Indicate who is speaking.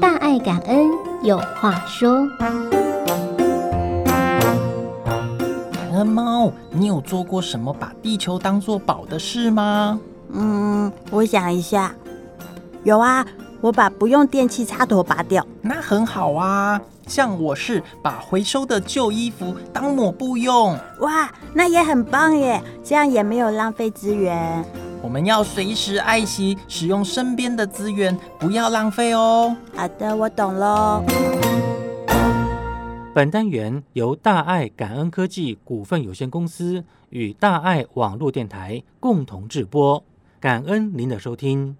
Speaker 1: 感恩有话说。
Speaker 2: 感恩猫，你有做过什么把地球当做宝的事吗？
Speaker 3: 嗯，我想一下，有啊，我把不用电器插头拔掉。
Speaker 2: 那很好啊，像我是把回收的旧衣服当抹布用。
Speaker 3: 哇，那也很棒耶，这样也没有浪费资源。
Speaker 2: 我们要随时爱惜使用身边的资源，不要浪费哦。
Speaker 3: 好的，我懂喽。
Speaker 4: 本单元由大爱感恩科技股份有限公司与大爱网络电台共同制播，感恩您的收听。